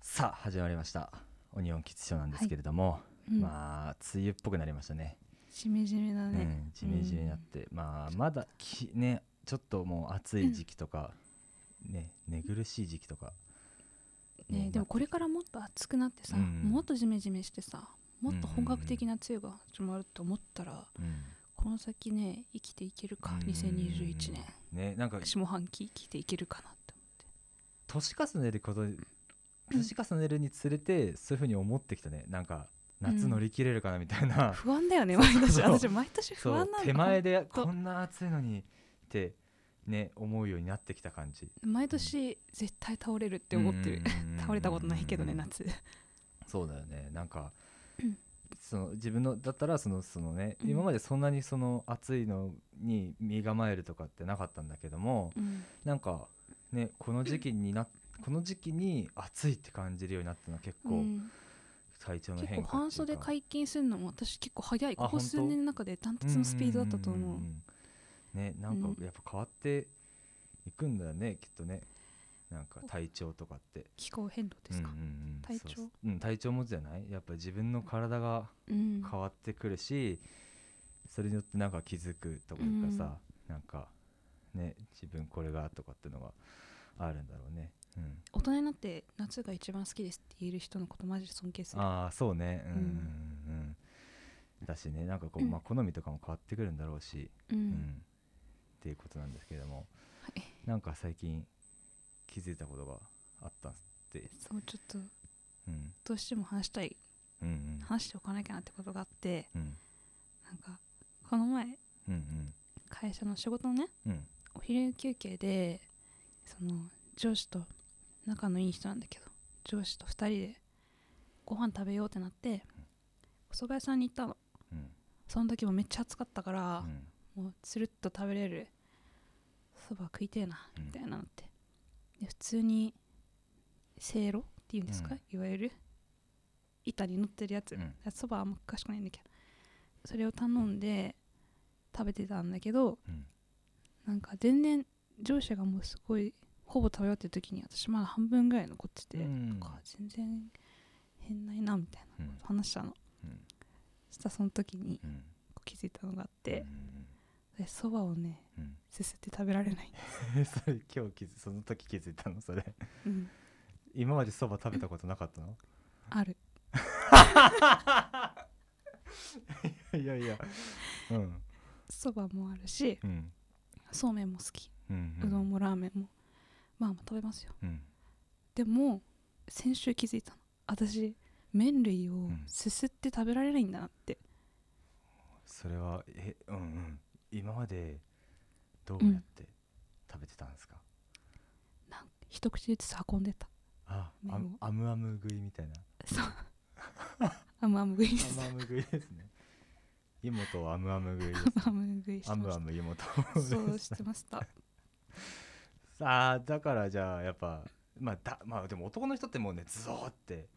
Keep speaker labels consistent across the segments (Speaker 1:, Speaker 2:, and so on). Speaker 1: さあ始まりましたオニオンキッズショーなんですけれども、
Speaker 2: うん
Speaker 1: まあ梅雨っぽくなりましたね、
Speaker 2: しめじめだ
Speaker 1: う
Speaker 2: ね、
Speaker 1: ん、じめじめになって、まあまだきねちょっともう暑い時期とか、ね寝苦しい時期とか
Speaker 2: ね
Speaker 1: ね
Speaker 2: でもこれからもっと暑くなってさ、
Speaker 1: うん
Speaker 2: もっとジメジメしてさもっと本格的な梅雨が始まると思ったら、
Speaker 1: うん
Speaker 2: この先ね生きていけるか
Speaker 1: うん
Speaker 2: 2021年
Speaker 1: ねなんか
Speaker 2: 下半期生きていけるかなって
Speaker 1: 年重ねること年重ねるにつれてそういうふうに思ってきたねなんか夏乗り切れるかなみたいな、
Speaker 2: 不安だよね毎年
Speaker 1: そう
Speaker 2: 私毎年不
Speaker 1: そう
Speaker 2: 安なの
Speaker 1: 手前
Speaker 2: で
Speaker 1: で
Speaker 2: 当
Speaker 1: こんな暑いのにってね思うようになってきた感じっ
Speaker 2: 毎年絶対倒れるって思ってる倒れたことないけどね夏
Speaker 1: そうだよねなんかその自分のだったらそのそのね、今までそんなにその暑いのに身構えるとかってなかったんだけども
Speaker 2: うん
Speaker 1: なんかねこの時期になこの時期に暑いって感じるようになったのは結
Speaker 2: う
Speaker 1: 構
Speaker 2: ん
Speaker 1: 体調の変化っ
Speaker 2: 結
Speaker 1: てい
Speaker 2: 構
Speaker 1: うか
Speaker 2: 半袖解禁するのも私結構早いここ
Speaker 1: 本当
Speaker 2: 数年の中でダントツのスピードだったと思う,、
Speaker 1: んんんうんねなんか
Speaker 2: うん
Speaker 1: やっぱ変わっていくんだよね、きっとねなんか体調とかって
Speaker 2: 気候変動ですか
Speaker 1: うんうんうん
Speaker 2: 体調
Speaker 1: そううん、体調もじゃないやっぱ自分の体が
Speaker 2: うん
Speaker 1: 変わってくるし、それによってなんか気づくとかいうかさ、なんかね自分これがとかってのがあるんだろうね、うん、
Speaker 2: 大人になって夏が一番好きですって言える人のことマジで尊敬する
Speaker 1: ああそうねうん
Speaker 2: うん
Speaker 1: うんうんだしねなんかこう、まあ、好みとかも変わってくるんだろうし、
Speaker 2: うん、
Speaker 1: うん、っていうことなんですけれども、
Speaker 2: はい
Speaker 1: なんか最近気づいたことがあったって、
Speaker 2: そうちょっと
Speaker 1: うん、
Speaker 2: どうしても話したい
Speaker 1: うんうん
Speaker 2: 話しておかなきゃなってことがあって
Speaker 1: うん
Speaker 2: なんかこの前
Speaker 1: うんうん
Speaker 2: 会社の仕事のね
Speaker 1: うん
Speaker 2: お昼休憩でその上司と仲のいい人なんだけど上司と2人でご飯食べようってなってお蕎麦屋さんに行ったの
Speaker 1: うん
Speaker 2: その時もめっちゃ暑かったか
Speaker 1: う
Speaker 2: ら、
Speaker 1: ん
Speaker 2: もうつるっと食べれるそば食いてえな
Speaker 1: うん
Speaker 2: みたいなのって、で普通にせいろっていうんですか、いわゆる板に乗ってるやつ
Speaker 1: うん
Speaker 2: そば、蕎麦あんま詳しくないんだけどそれを頼んで食べてたんだけど
Speaker 1: うん
Speaker 2: なんか全然上司がもうすごいほぼ食べ終わってる時に私まだ半分ぐらい残ってて、
Speaker 1: うん
Speaker 2: なんか全然変ないなみたいな
Speaker 1: うん
Speaker 2: 話したの
Speaker 1: うん
Speaker 2: そしたらその時に
Speaker 1: うん
Speaker 2: 気づいたのがあっ
Speaker 1: う
Speaker 2: て
Speaker 1: ん
Speaker 2: でそばをね
Speaker 1: うん
Speaker 2: すすって食べられない、
Speaker 1: うんそれ 今日気づその時気づいたのそれ
Speaker 2: うん、
Speaker 1: 今までそば食べたことなかったの
Speaker 2: ある
Speaker 1: いやいやうん
Speaker 2: そばもあるし
Speaker 1: うん
Speaker 2: そうめんも好き
Speaker 1: うん
Speaker 2: うどんもラーメンも、まあまあ食べますよ
Speaker 1: うん
Speaker 2: でも先週気づいたの私麺類を
Speaker 1: ん
Speaker 2: すすって食べられないんだなって、
Speaker 1: それはえうんうん今までどうやって食べてたんですか、
Speaker 2: なんか一口ずつ運んでた
Speaker 1: あ
Speaker 2: ね
Speaker 1: あ
Speaker 2: もう
Speaker 1: アムアム食いみたいな
Speaker 2: そうあむあむ食いで
Speaker 1: ア
Speaker 2: す
Speaker 1: ムアム食いですね 妹はアムアム食い です、
Speaker 2: あむあむ食いして
Speaker 1: ア
Speaker 2: ま
Speaker 1: ム
Speaker 2: し
Speaker 1: アム妹
Speaker 2: たそうしてました
Speaker 1: さあだからじゃあやっぱまあだまあでも男の人ってもうねズドーって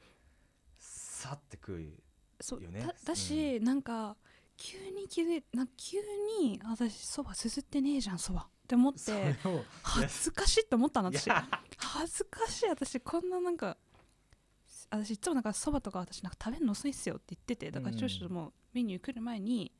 Speaker 1: さって食う
Speaker 2: そう
Speaker 1: よね
Speaker 2: だだし、なんか急に気づいなんか急に私そばすすってねえじゃんそばって思っ
Speaker 1: それ
Speaker 2: て
Speaker 1: を
Speaker 2: 恥ずかしいって思ったの
Speaker 1: いや
Speaker 2: 私 恥ずかしい私こんななんか私いつもなんかそばとか私なんか食べるの遅いっすよって言っててだから
Speaker 1: うん
Speaker 2: 上司ともメニュー来る前に、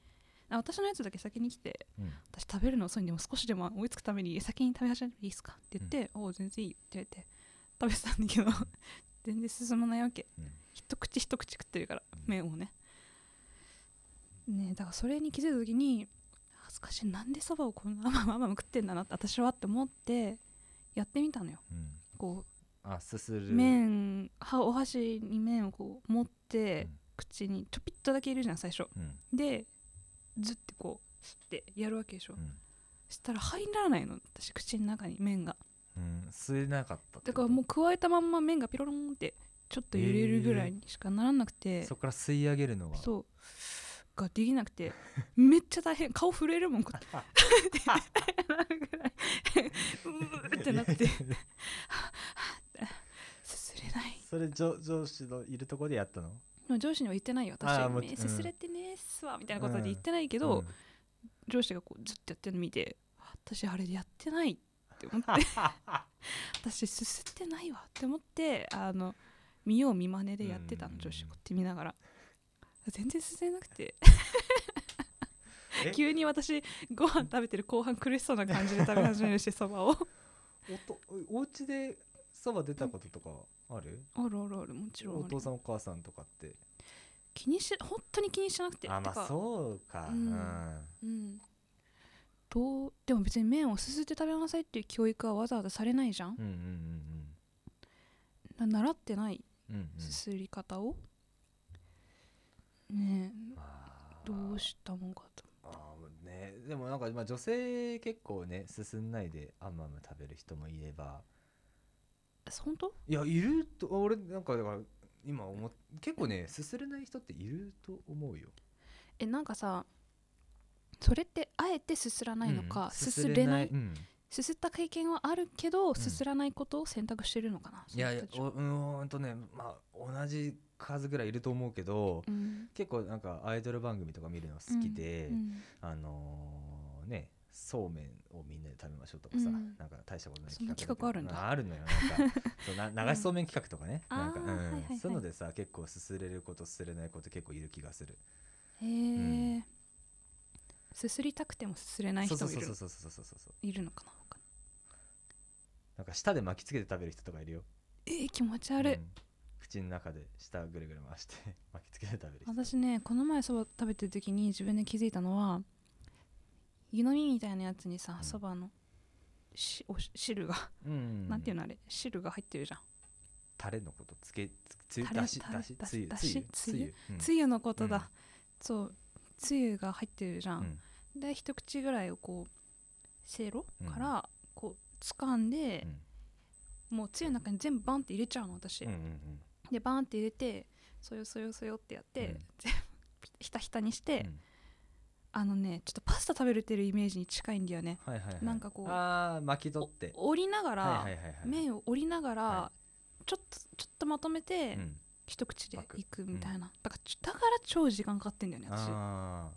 Speaker 2: あ私のやつだけ先に来て
Speaker 1: うん
Speaker 2: 私食べるの遅いんでもう少しでも追いつくために先に食べ始めていいですかって言って、おお全然いいよって言われて食べてたんだけど 全然進まないわけ
Speaker 1: うん
Speaker 2: 一口一口食ってるから麺をねねえだからそれに気づいた時に恥ずかしいなんでそばをこんなまあまあまあ食ってんだなって私はって思ってやってみたのよ
Speaker 1: うん
Speaker 2: こ
Speaker 1: あすす
Speaker 2: う
Speaker 1: る
Speaker 2: 麺はお箸に麺をこう持って、
Speaker 1: うん
Speaker 2: 口にちょぴっとだけ入れるじゃん最初
Speaker 1: うん
Speaker 2: でずってこうすってやるわけでしょ、
Speaker 1: うん
Speaker 2: したら入らないの私口の中に麺が
Speaker 1: うん吸えなかったって
Speaker 2: だ
Speaker 1: こと
Speaker 2: からもう加えたまんま麺がピロロンってちょっと揺れるぐらいにしかならなくて、
Speaker 1: そこから吸い上げるのが
Speaker 2: そうができなくてめっちゃ大変顔震えるもんこうやってうーってなってすすれない
Speaker 1: それ上上司のいるところでやったの
Speaker 2: でも上司には言ってないよ
Speaker 1: あー
Speaker 2: 私
Speaker 1: もう
Speaker 2: ね
Speaker 1: うん
Speaker 2: すすれてねーっすわみたいなことで言ってないけど、
Speaker 1: うん
Speaker 2: 上司がこうずっとやってるの見て私あれやってな いって思って私すすってないわって思ってあの見よう見まねでやってた
Speaker 1: うん
Speaker 2: の
Speaker 1: うんうん
Speaker 2: 女子校って見ながら全然進めなくて
Speaker 1: え
Speaker 2: 急に私ご飯食べてる後半苦しそうな感じで食べ始めるしそば を
Speaker 1: おとお家でそば出たこととかある、
Speaker 2: あるあるあるもちろんあ
Speaker 1: お
Speaker 2: る
Speaker 1: 父さんお母さんとかって
Speaker 2: 気にし本当に気にしてなくて
Speaker 1: あ
Speaker 2: て
Speaker 1: まあ
Speaker 2: か
Speaker 1: そうか、
Speaker 2: うんうんどうでも別に麺をすすって食べなさいっていう教育はわざわざされないじゃ
Speaker 1: う
Speaker 2: ん
Speaker 1: ん、うん
Speaker 2: な習ってない
Speaker 1: うんうんうんうん
Speaker 2: すすり方を、ねえ
Speaker 1: あー
Speaker 2: どうしたもんかと
Speaker 1: あーねでもなんか、まあ、女性結構ね進んないであんまん食べる人もいれば
Speaker 2: 本当
Speaker 1: いやいると俺なんかだから今思っ結構ねすすれない人っていると思うよ
Speaker 2: えなんかさそれってあえてすすらないのか、
Speaker 1: うん
Speaker 2: すすれない
Speaker 1: うん
Speaker 2: すすった経験はあるけど、すすらないことを選択してるのかない
Speaker 1: やいや
Speaker 2: そ
Speaker 1: お
Speaker 2: の人たちは
Speaker 1: うーんとねまあ同じ数ぐらいいると思うけど、
Speaker 2: うん
Speaker 1: 結構なんかアイドル番組とか見るの好きで、
Speaker 2: うん
Speaker 1: あのーねそうめんをみんなで食べましょうとかさ、
Speaker 2: うん
Speaker 1: なんか大したことない
Speaker 2: そんな
Speaker 1: だけど
Speaker 2: 企画あるんだ
Speaker 1: あるのよなんかそう な流しそうめん企画とかね、
Speaker 2: うん
Speaker 1: なんか、
Speaker 2: あ
Speaker 1: う
Speaker 2: ー
Speaker 1: ん
Speaker 2: はいはいはい
Speaker 1: そういうのでさ結構すすれることすすれないこと結構いる気がする
Speaker 2: へえ、すすりたくてもすすれない
Speaker 1: そう
Speaker 2: 人
Speaker 1: そう
Speaker 2: もい
Speaker 1: そう
Speaker 2: る
Speaker 1: そうそうそうそうそう
Speaker 2: いるのかな他に
Speaker 1: なんか舌で巻きつけて食べる人とかいるよ
Speaker 2: えー、気持ち悪い、
Speaker 1: うん口の中で舌ぐるぐる回して 巻きつけて食べる人
Speaker 2: 私ねこの前そば食べてる時に自分で気づいたのは湯飲みみたいなやつにさ
Speaker 1: うん
Speaker 2: そば、のしおし汁が、
Speaker 1: うん
Speaker 2: なんていうのあれ汁が入ってるじゃん、
Speaker 1: タレのことつけつつ
Speaker 2: タレ
Speaker 1: だし
Speaker 2: タレ
Speaker 1: だし
Speaker 2: だ
Speaker 1: つゆ
Speaker 2: し
Speaker 1: つゆ
Speaker 2: だしつゆ
Speaker 1: うん
Speaker 2: つゆのことだ、
Speaker 1: うん
Speaker 2: そうつゆが入ってるじゃ、
Speaker 1: うんん
Speaker 2: で一口ぐらいをこうせいろ
Speaker 1: うん
Speaker 2: からこう掴んで、もうつゆの中に全部バンって入れちゃうの私、
Speaker 1: うんうんうん
Speaker 2: でバンって入れてそよそよそよってやって、
Speaker 1: うん
Speaker 2: 全部ひたひたにして、
Speaker 1: うん
Speaker 2: あのねちょっとパスタ食べれてるイメージに近いんだよね
Speaker 1: はいはいはい
Speaker 2: なんかこう
Speaker 1: あー巻き取って
Speaker 2: お折りながら、
Speaker 1: はいはいはいはい
Speaker 2: 麺を折りながら、
Speaker 1: は
Speaker 2: ちょっとちょっとまとめて、
Speaker 1: うん
Speaker 2: 一口で
Speaker 1: パク
Speaker 2: いくみたいな、だからちだから超時間かかってんだよね私
Speaker 1: あ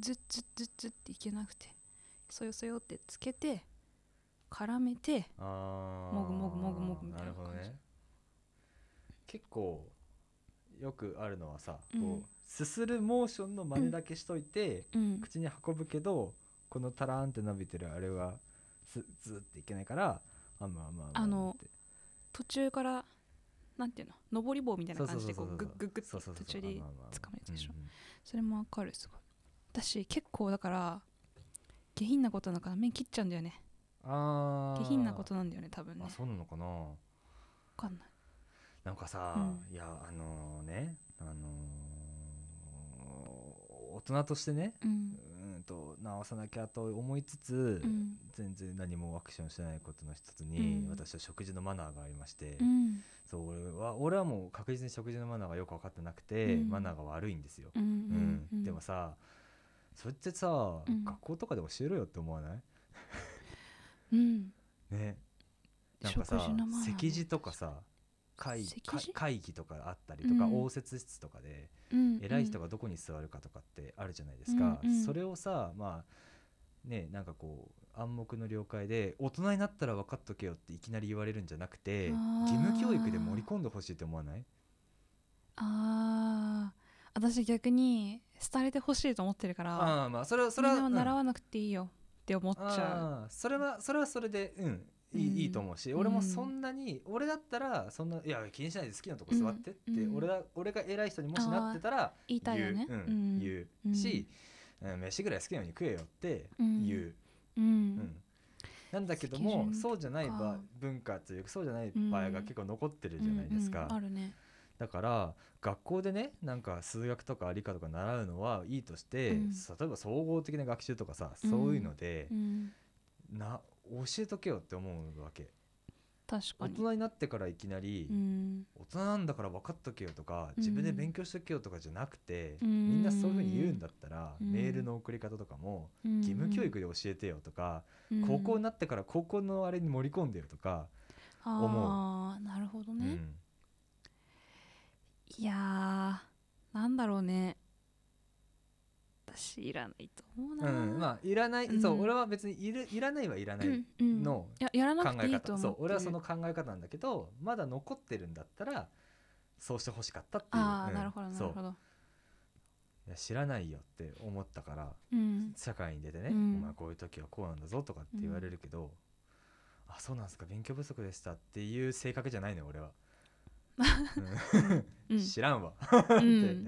Speaker 2: ずっずっずっずっていけなくてそよそよってつけて絡めて
Speaker 1: ーあー
Speaker 2: もぐもぐもぐもぐみたいな
Speaker 1: るほど
Speaker 2: 感じ
Speaker 1: ね結構よくあるのはさ
Speaker 2: うん
Speaker 1: こうすするモーションの真似だけしといて
Speaker 2: うん
Speaker 1: 口に運ぶけどこのタラーンって伸びてるあれはすずーっていけないからあんまあんまあんま
Speaker 2: あの
Speaker 1: って
Speaker 2: 途中からなんていうの上り棒みたいな感じでこ
Speaker 1: そうう
Speaker 2: グ
Speaker 1: そ
Speaker 2: ッ
Speaker 1: う
Speaker 2: グッグッ
Speaker 1: そう
Speaker 2: っ
Speaker 1: そう
Speaker 2: て途
Speaker 1: そう
Speaker 2: 中
Speaker 1: そう
Speaker 2: で
Speaker 1: まあまあまあ
Speaker 2: 掴むやつでしょ
Speaker 1: うんうん
Speaker 2: それもわかるすごい私結構だから下品なことだから麺切っちゃうんだよね
Speaker 1: あー
Speaker 2: 下品なことなんだよね多分ね
Speaker 1: あ
Speaker 2: わ
Speaker 1: そうなのかな
Speaker 2: かんない
Speaker 1: なんかさ、
Speaker 2: う
Speaker 1: いやあのねあのー大人としてね
Speaker 2: うん
Speaker 1: うーんと直さなきゃと思いつつ、
Speaker 2: うん
Speaker 1: 全然何もアクションしてないことの一つに、
Speaker 2: うん
Speaker 1: 私は食事のマナーがありまして、
Speaker 2: うん
Speaker 1: そう俺は俺はもう確実に食事のマナーがよく分かってなくて、
Speaker 2: うん
Speaker 1: マナーが悪いんですよ、
Speaker 2: うんうん
Speaker 1: うん
Speaker 2: うん
Speaker 1: でもさそれってさ、
Speaker 2: うん
Speaker 1: 学校とかで教えろよって思わない
Speaker 2: うん
Speaker 1: ねなんかさ
Speaker 2: 食事のマナーね
Speaker 1: 席次とかさ会
Speaker 2: 席次
Speaker 1: 会会議とかあったりとか、
Speaker 2: うん
Speaker 1: 応接室とかで
Speaker 2: うん
Speaker 1: 偉い人
Speaker 2: が
Speaker 1: がどこに座るかとかってあるじゃないですか、
Speaker 2: うんうん
Speaker 1: それをさまあねなんかこう暗黙の了解で大人になったら分かっとけよっていきなり言われるんじゃなくて
Speaker 2: あ
Speaker 1: 義
Speaker 2: ー
Speaker 1: 務教育で盛り込んでほしいって思わない
Speaker 2: あー私逆に廃れてほしいと思ってるから
Speaker 1: ああーまあそれはそ
Speaker 2: そ
Speaker 1: れ
Speaker 2: れ
Speaker 1: は
Speaker 2: は習
Speaker 1: うん
Speaker 2: わなくていいよって思っちゃ
Speaker 1: あーそれはそれはそれでうんいい,、
Speaker 2: うん
Speaker 1: いいと思うし俺もそんなに、俺だったらそんないや気にしないで好きなとこ座ってって、
Speaker 2: うんうん
Speaker 1: 俺だ俺が偉い人にもしなってたら
Speaker 2: う言いたいよね
Speaker 1: 言う,、うん
Speaker 2: うん
Speaker 1: 言
Speaker 2: うん
Speaker 1: うし、うん飯ぐらい好きなように食えよって
Speaker 2: うん
Speaker 1: 言う、
Speaker 2: うん
Speaker 1: うん、なんだけど
Speaker 2: 基準
Speaker 1: も
Speaker 2: とか
Speaker 1: そうじゃない場文化というかそうじゃない場合が結構残ってるじゃないですか、
Speaker 2: うんうんあるね
Speaker 1: だから学校でねなんか数学とか理科とか習うのはいいとして、
Speaker 2: うん
Speaker 1: 例えば総合的な学習とかさ
Speaker 2: うん
Speaker 1: そういうので
Speaker 2: う、ん
Speaker 1: な教えとけよって思うわけ
Speaker 2: 確か
Speaker 1: 大
Speaker 2: に
Speaker 1: 人になってからいきなり、
Speaker 2: うん
Speaker 1: 大人なんだから分かっとけよとか
Speaker 2: うん
Speaker 1: 自分で勉強しとけよとかじゃなくて、
Speaker 2: うん
Speaker 1: みんなそういうふうに言うんだったら、
Speaker 2: うん
Speaker 1: メールの送り方とかも
Speaker 2: 義
Speaker 1: 義務教育で教えてよとか、高校になってから高校のあれに盛り込んでよとか、思う
Speaker 2: ああなるほど
Speaker 1: う
Speaker 2: ね、
Speaker 1: ん
Speaker 2: いやーなんだろうね私いらないと思う
Speaker 1: う
Speaker 2: な、
Speaker 1: ん、まあいらない、
Speaker 2: うん
Speaker 1: そう俺は別にいるいらないはいらない考
Speaker 2: うんうん
Speaker 1: の
Speaker 2: ややら
Speaker 1: え
Speaker 2: な
Speaker 1: 方
Speaker 2: くていいと思ってる
Speaker 1: そう俺はその考え方なんだけどまだ残ってるんだったらそうしてほしかったっていう
Speaker 2: ああ、
Speaker 1: うん
Speaker 2: なるほどな
Speaker 1: そ
Speaker 2: る
Speaker 1: う
Speaker 2: ほど
Speaker 1: いや知らないよって思ったから
Speaker 2: うん
Speaker 1: 社会に出てね、
Speaker 2: うん
Speaker 1: お前こういう時はこうなんだぞとかって言われるけど、あそうなんですか勉強不足でしたっていう性格じゃないのよ俺は、
Speaker 2: うん
Speaker 1: 知らんわ、
Speaker 2: う
Speaker 1: って、うんん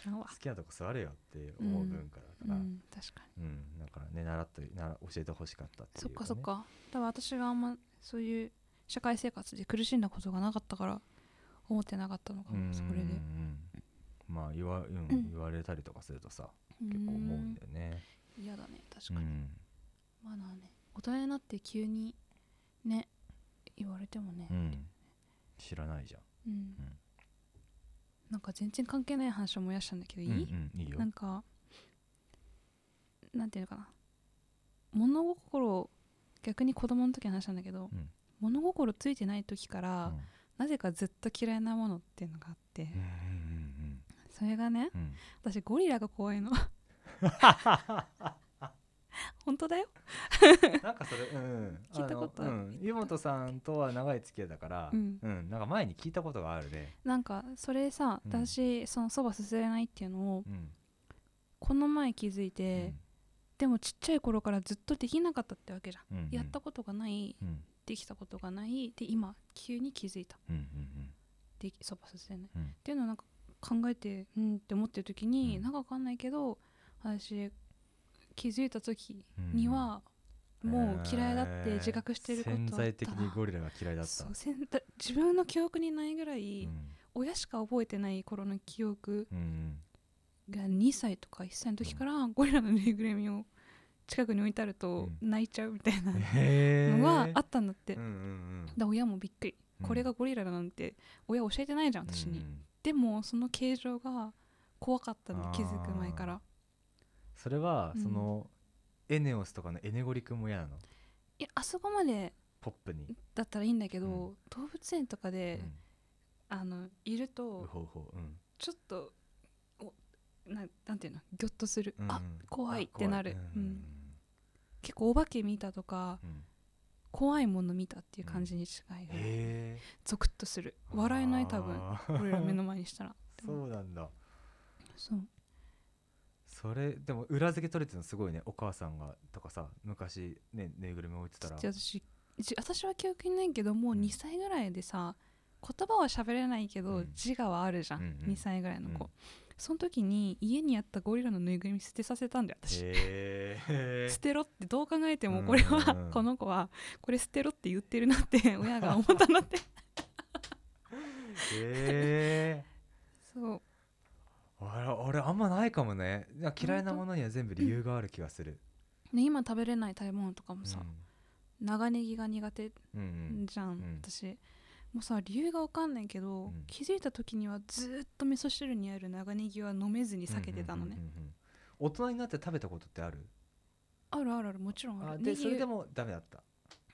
Speaker 2: 知らんわ
Speaker 1: 好きなとこ座れよって思う文化だ
Speaker 2: う
Speaker 1: から、うん
Speaker 2: ん確かに
Speaker 1: だからね習ってなら教えてほしかったっていう、
Speaker 2: そっ
Speaker 1: ね、
Speaker 2: かそっか多分私があんまそういう社会生活で苦しんだことがなかったから思ってなかったのか
Speaker 1: うんうんう
Speaker 2: も
Speaker 1: ん
Speaker 2: それで
Speaker 1: まあ言わ,、うん
Speaker 2: うん
Speaker 1: 言われたりとかするとさ結構思うんだよね
Speaker 2: うん嫌だね確
Speaker 1: う
Speaker 2: か
Speaker 1: ん
Speaker 2: に、まあね大人になって急にね言われてもね、
Speaker 1: うん知らないじゃん
Speaker 2: うん
Speaker 1: ん
Speaker 2: なんか全然関係ない話を思い出したんだけどいい、
Speaker 1: うんうん、いいよ
Speaker 2: なんかなんていうのかな物心を逆に子供の時に話したんだけど、
Speaker 1: うん
Speaker 2: 物心ついてない時から、
Speaker 1: うん
Speaker 2: なぜかずっと嫌いなものっていうのがあって、
Speaker 1: うんうん
Speaker 2: それがね
Speaker 1: うんうん
Speaker 2: 私ゴリラが怖 いの本当だよ
Speaker 1: なんかそれ、うん、
Speaker 2: 聞いたことある
Speaker 1: あのうん、湯本さんとは長い付き合いだから、
Speaker 2: うん
Speaker 1: なんか前に聞いたことがあるね。
Speaker 2: なんかそれさ、
Speaker 1: うん
Speaker 2: 私そのそばすすれないっていうのを
Speaker 1: うん、
Speaker 2: この前気づいて、でもちっちゃい頃からずっとできなかったってわけじゃん、
Speaker 1: うん、うん
Speaker 2: やった、ことがない
Speaker 1: うん、
Speaker 2: できたことがないで今急に気づいた
Speaker 1: うん、うん、
Speaker 2: できそばすすれない、
Speaker 1: うん
Speaker 2: っていうのをなんか考えてうんって思ってる時に、
Speaker 1: うん
Speaker 2: なんかわかんないけど私気づいた時
Speaker 1: うん
Speaker 2: には、
Speaker 1: うん
Speaker 2: もう嫌いだって自覚してることだっ
Speaker 1: 潜
Speaker 2: た
Speaker 1: 在的にゴリラが嫌いだった。
Speaker 2: そうせんだ自分の記憶にないぐらい、
Speaker 1: うん、
Speaker 2: 親しか覚えてない頃の記憶
Speaker 1: うん、
Speaker 2: が2歳とか1歳の時からゴリラのぬいぐるみを近くに置いてあると
Speaker 1: う
Speaker 2: 泣いちゃうみたいな
Speaker 1: うんへー
Speaker 2: のはあったんだって、
Speaker 1: うん、うん、
Speaker 2: だ親もびっくり
Speaker 1: うん
Speaker 2: これがゴリラだなんて親教えてないじゃん
Speaker 1: うん、
Speaker 2: 私に、
Speaker 1: うん
Speaker 2: でもその形状が怖かったの気づく前から
Speaker 1: それは、
Speaker 2: うん
Speaker 1: その、エネオスとかのエネゴリ君も嫌なの。
Speaker 2: いやあそこまで
Speaker 1: ポップに。
Speaker 2: だったらいいんだけど、
Speaker 1: うん
Speaker 2: 動物園とかで、あのいる
Speaker 1: うん、う
Speaker 2: と
Speaker 1: ほうほう、うん、
Speaker 2: ちょっとおななんていうのギョッとする、
Speaker 1: うん
Speaker 2: あ怖いってなる
Speaker 1: う
Speaker 2: うん
Speaker 1: ん、
Speaker 2: 結構お化け見たとか
Speaker 1: うん、
Speaker 2: 怖いもの見たっていう感じに違いが、
Speaker 1: へえ。
Speaker 2: ゾクッとする笑えない多分
Speaker 1: あー。
Speaker 2: 俺ら目の前にしたらでも
Speaker 1: そうなんだ。
Speaker 2: そう
Speaker 1: それでも裏付け取れてるのすごいねお母さんがとかさ昔ねぬいぐるみ置いてた
Speaker 2: ちょ
Speaker 1: ら
Speaker 2: っと私じ私は記憶にないけどもう
Speaker 1: うん
Speaker 2: 2歳ぐらいでさ言葉は喋れないけど
Speaker 1: うん
Speaker 2: 自我はあるじゃん、
Speaker 1: うんうん
Speaker 2: 2歳ぐらいの子、
Speaker 1: うん
Speaker 2: その時に家にあったゴリラのぬいぐるみ捨てさせたんだよ私、
Speaker 1: へえ
Speaker 2: 捨てろってどう考えてもこれは、
Speaker 1: うんうんうん
Speaker 2: この子はこれ捨てろって言ってるなって親が思ったなって
Speaker 1: へえ
Speaker 2: そう
Speaker 1: あら俺あんまないかもねいや嫌いなものには全部理由がある気がする、
Speaker 2: ね今食べれない食べ物とかも
Speaker 1: うん
Speaker 2: さ、長ネギが苦手
Speaker 1: うんうん
Speaker 2: じゃ
Speaker 1: う
Speaker 2: ん、
Speaker 1: ん
Speaker 2: 私もうさ理由が分かんないけど、
Speaker 1: うん
Speaker 2: 気づいた時にはずーっと味噌汁にある長ネギは飲めずに避けてたのね、
Speaker 1: うんうんうんうん大人になって食べたことってある
Speaker 2: あるあるあるもちろんあ
Speaker 1: あ
Speaker 2: る
Speaker 1: で
Speaker 2: ネギ
Speaker 1: それでもダメだった、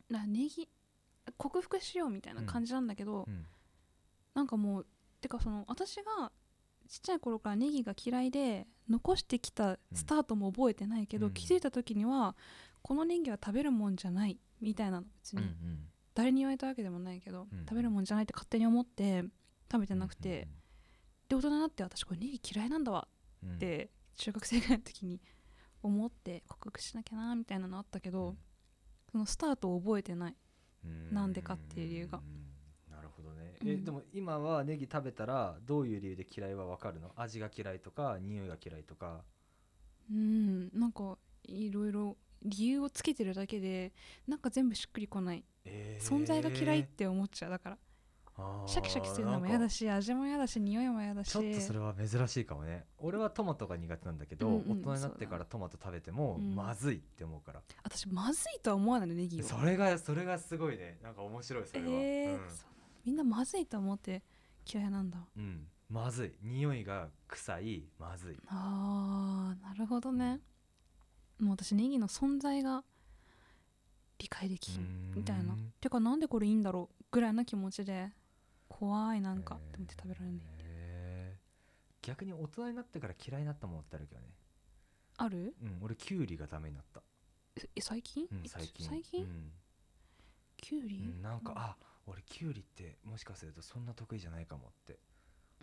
Speaker 2: なネギ克服しようみたいな感じなんだけど、
Speaker 1: うん
Speaker 2: なんかもうてかその私がちっちゃい頃からネギが嫌いで残してきたスタートも覚えてないけど、
Speaker 1: うん
Speaker 2: 気づいた時にはこのネギは食べるもんじゃないみたいなの別
Speaker 1: うん
Speaker 2: に、誰に言われたわけでもないけど、
Speaker 1: うん
Speaker 2: 食べるもんじゃないって勝手に思って食べてなくて、
Speaker 1: うん
Speaker 2: で大人になって私これネギ嫌いなんだわ
Speaker 1: うんうん
Speaker 2: って中学生ぐらいの時に思って克服しなきゃなみたいなのあったけ
Speaker 1: う
Speaker 2: ど、
Speaker 1: ん
Speaker 2: そのスタートを覚えてないなんでかっていう理由が
Speaker 1: うんなるほどね、
Speaker 2: うん
Speaker 1: えでも今はネギ食べたらどういう理由で嫌いはわかるの味が嫌いとか匂いが嫌いとか
Speaker 2: うんなんかいろいろ理由をつけてるだけでなんか全部しっくりこない、
Speaker 1: えー
Speaker 2: 存在が嫌いって思っちゃうだから
Speaker 1: あー
Speaker 2: シャキシャキするのも嫌
Speaker 1: な
Speaker 2: だ
Speaker 1: んか
Speaker 2: し味も嫌だし匂いも嫌だし
Speaker 1: ちょっとそれは珍しいかもね俺はトマトが苦手なんだけど、
Speaker 2: うんうん
Speaker 1: 大人になってからトマト食べても
Speaker 2: うん
Speaker 1: まずいって思うから、
Speaker 2: 私まずいとは思わないのネギを
Speaker 1: それがそれがすごいねなんか面白いそ
Speaker 2: え
Speaker 1: れは、
Speaker 2: ーそうみんなまずいと思って嫌いなんだ
Speaker 1: うん、うんまずい匂いが臭いまずい
Speaker 2: あーなるほどねもう私ネギの存在が理解できんみたいなてかなんでこれいいんだろうぐらいの気持ちで怖いな
Speaker 1: なん
Speaker 2: かと思って食べられない
Speaker 1: 逆に大人になってから嫌いになったものってあるけどね
Speaker 2: ある
Speaker 1: うん俺キュウリがダメになった、
Speaker 2: え最近、
Speaker 1: うん
Speaker 2: いつ
Speaker 1: 最近
Speaker 2: 最近、
Speaker 1: うん
Speaker 2: キュウリ、
Speaker 1: うんなんかあ俺キュウリってもしかするとそんな得意じゃないかもって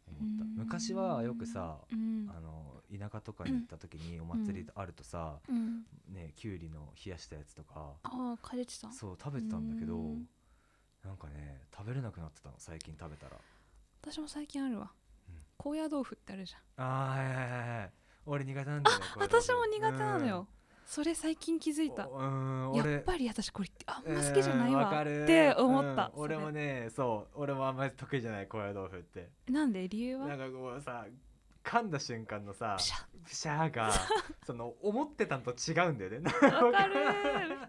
Speaker 1: 思った
Speaker 2: うん
Speaker 1: 昔はよくさ
Speaker 2: うん
Speaker 1: あの田舎とかに行った時にお祭りあるとさ、
Speaker 2: うん
Speaker 1: ねきゅうりの冷やしたやつとか
Speaker 2: ああ帰ってた
Speaker 1: そう食べてたんだけど
Speaker 2: うん
Speaker 1: なんかね食べれなくなってたの最近食べたら
Speaker 2: 私も最近あるわ
Speaker 1: うん
Speaker 2: 高野豆腐ってあるじゃん
Speaker 1: あーはいはいはいはい俺苦手なんだよこれ
Speaker 2: 私も苦手なのよそれ最近気づ
Speaker 1: う
Speaker 2: い
Speaker 1: ん
Speaker 2: た
Speaker 1: おうん
Speaker 2: や
Speaker 1: 俺
Speaker 2: っぱり私これあんま好きじゃない
Speaker 1: うん
Speaker 2: わ
Speaker 1: かる
Speaker 2: って思った
Speaker 1: うん俺もねそう俺もあんまり得意じゃない高野豆腐って
Speaker 2: なんで理由
Speaker 1: なん
Speaker 2: は
Speaker 1: かこうさ噛んだ瞬間のさ
Speaker 2: プシャ
Speaker 1: プシャー がその思ってたのと違うんだよねなん
Speaker 2: ッわかるめっ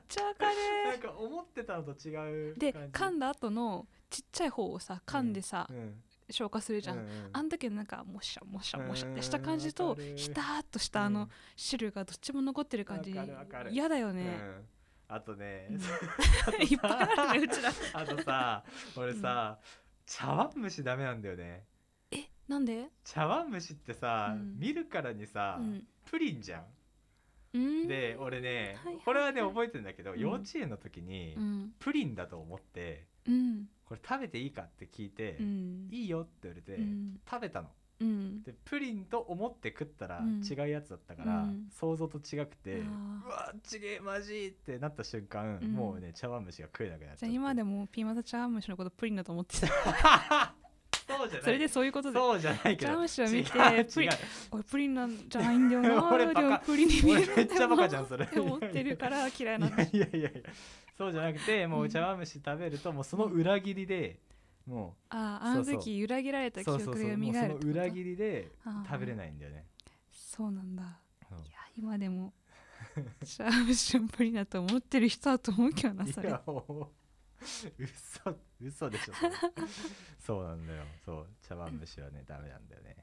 Speaker 2: ちゃわかる
Speaker 1: か思ってたのと違う感じ
Speaker 2: で噛んだ後のちっちゃい方をさ噛んでさ、
Speaker 1: うん
Speaker 2: 消化するじゃん、
Speaker 1: うう
Speaker 2: あん時のなんかもしゃもしゃもしゃっ
Speaker 1: うん
Speaker 2: てした感じ
Speaker 1: わ
Speaker 2: と
Speaker 1: かる
Speaker 2: ひたーっとしたあ
Speaker 1: う
Speaker 2: の
Speaker 1: ん
Speaker 2: 汁がどっちも残ってる感じ
Speaker 1: わかるわかる
Speaker 2: 嫌だよ
Speaker 1: う
Speaker 2: ね、
Speaker 1: んあとね
Speaker 2: うん
Speaker 1: あとさ
Speaker 2: いっぱいあるねうちら
Speaker 1: あとさ俺さ茶碗蒸しダメなんだよね
Speaker 2: えなんで
Speaker 1: 茶碗蒸しってさ
Speaker 2: うん
Speaker 1: 見るからに
Speaker 2: う
Speaker 1: さ
Speaker 2: ん
Speaker 1: プリンじゃ
Speaker 2: うん
Speaker 1: んで俺ね
Speaker 2: はいはいはい
Speaker 1: これはね覚えてるんだけど
Speaker 2: うん
Speaker 1: 幼稚園の時に
Speaker 2: うん
Speaker 1: プリンだと思って
Speaker 2: うん
Speaker 1: これ食べていいかって聞いて
Speaker 2: うん
Speaker 1: いいよって言われて
Speaker 2: うん
Speaker 1: 食べたの
Speaker 2: うん
Speaker 1: でプリンと思って食ったら
Speaker 2: うん
Speaker 1: 違うやつだったから、
Speaker 2: うん
Speaker 1: 想像と違くて、う
Speaker 2: あー
Speaker 1: わちげえマジってなった瞬間、
Speaker 2: うん
Speaker 1: もうね茶碗蒸しが食えなくなっちゃって
Speaker 2: じゃあ今でもピーマンと茶碗蒸しのことプリンだと 思ってた
Speaker 1: そうじゃない
Speaker 2: それでそういうことで
Speaker 1: そうじゃないけど
Speaker 2: 茶碗蒸しを見て
Speaker 1: 違う違う
Speaker 2: プリン俺プリンなんじゃないんだよ な
Speaker 1: 俺バカ
Speaker 2: でもプリンに見える
Speaker 1: 俺めっちゃバカじゃんそれ
Speaker 2: って思ってるから嫌い
Speaker 1: い
Speaker 2: な
Speaker 1: や
Speaker 2: んだ
Speaker 1: いやいやいやそうじゃなくてもううん茶碗蒸し食べるともうその裏切りでも
Speaker 2: あああの
Speaker 1: そうそう
Speaker 2: 時裏切られ
Speaker 1: う
Speaker 2: た記
Speaker 1: そうそう
Speaker 2: 憶
Speaker 1: そ
Speaker 2: が蘇
Speaker 1: う
Speaker 2: る
Speaker 1: もうその
Speaker 2: ってこと
Speaker 1: 裏切りで
Speaker 2: あー
Speaker 1: 食べれないんだよね
Speaker 2: そうなんだ
Speaker 1: うん
Speaker 2: いや今でも シャープシャンプリだと思ってる人だと思うけどないそれ
Speaker 1: やもう 嘘嘘でしょそれそうなんだよそう茶碗蒸しはねダメなんだよね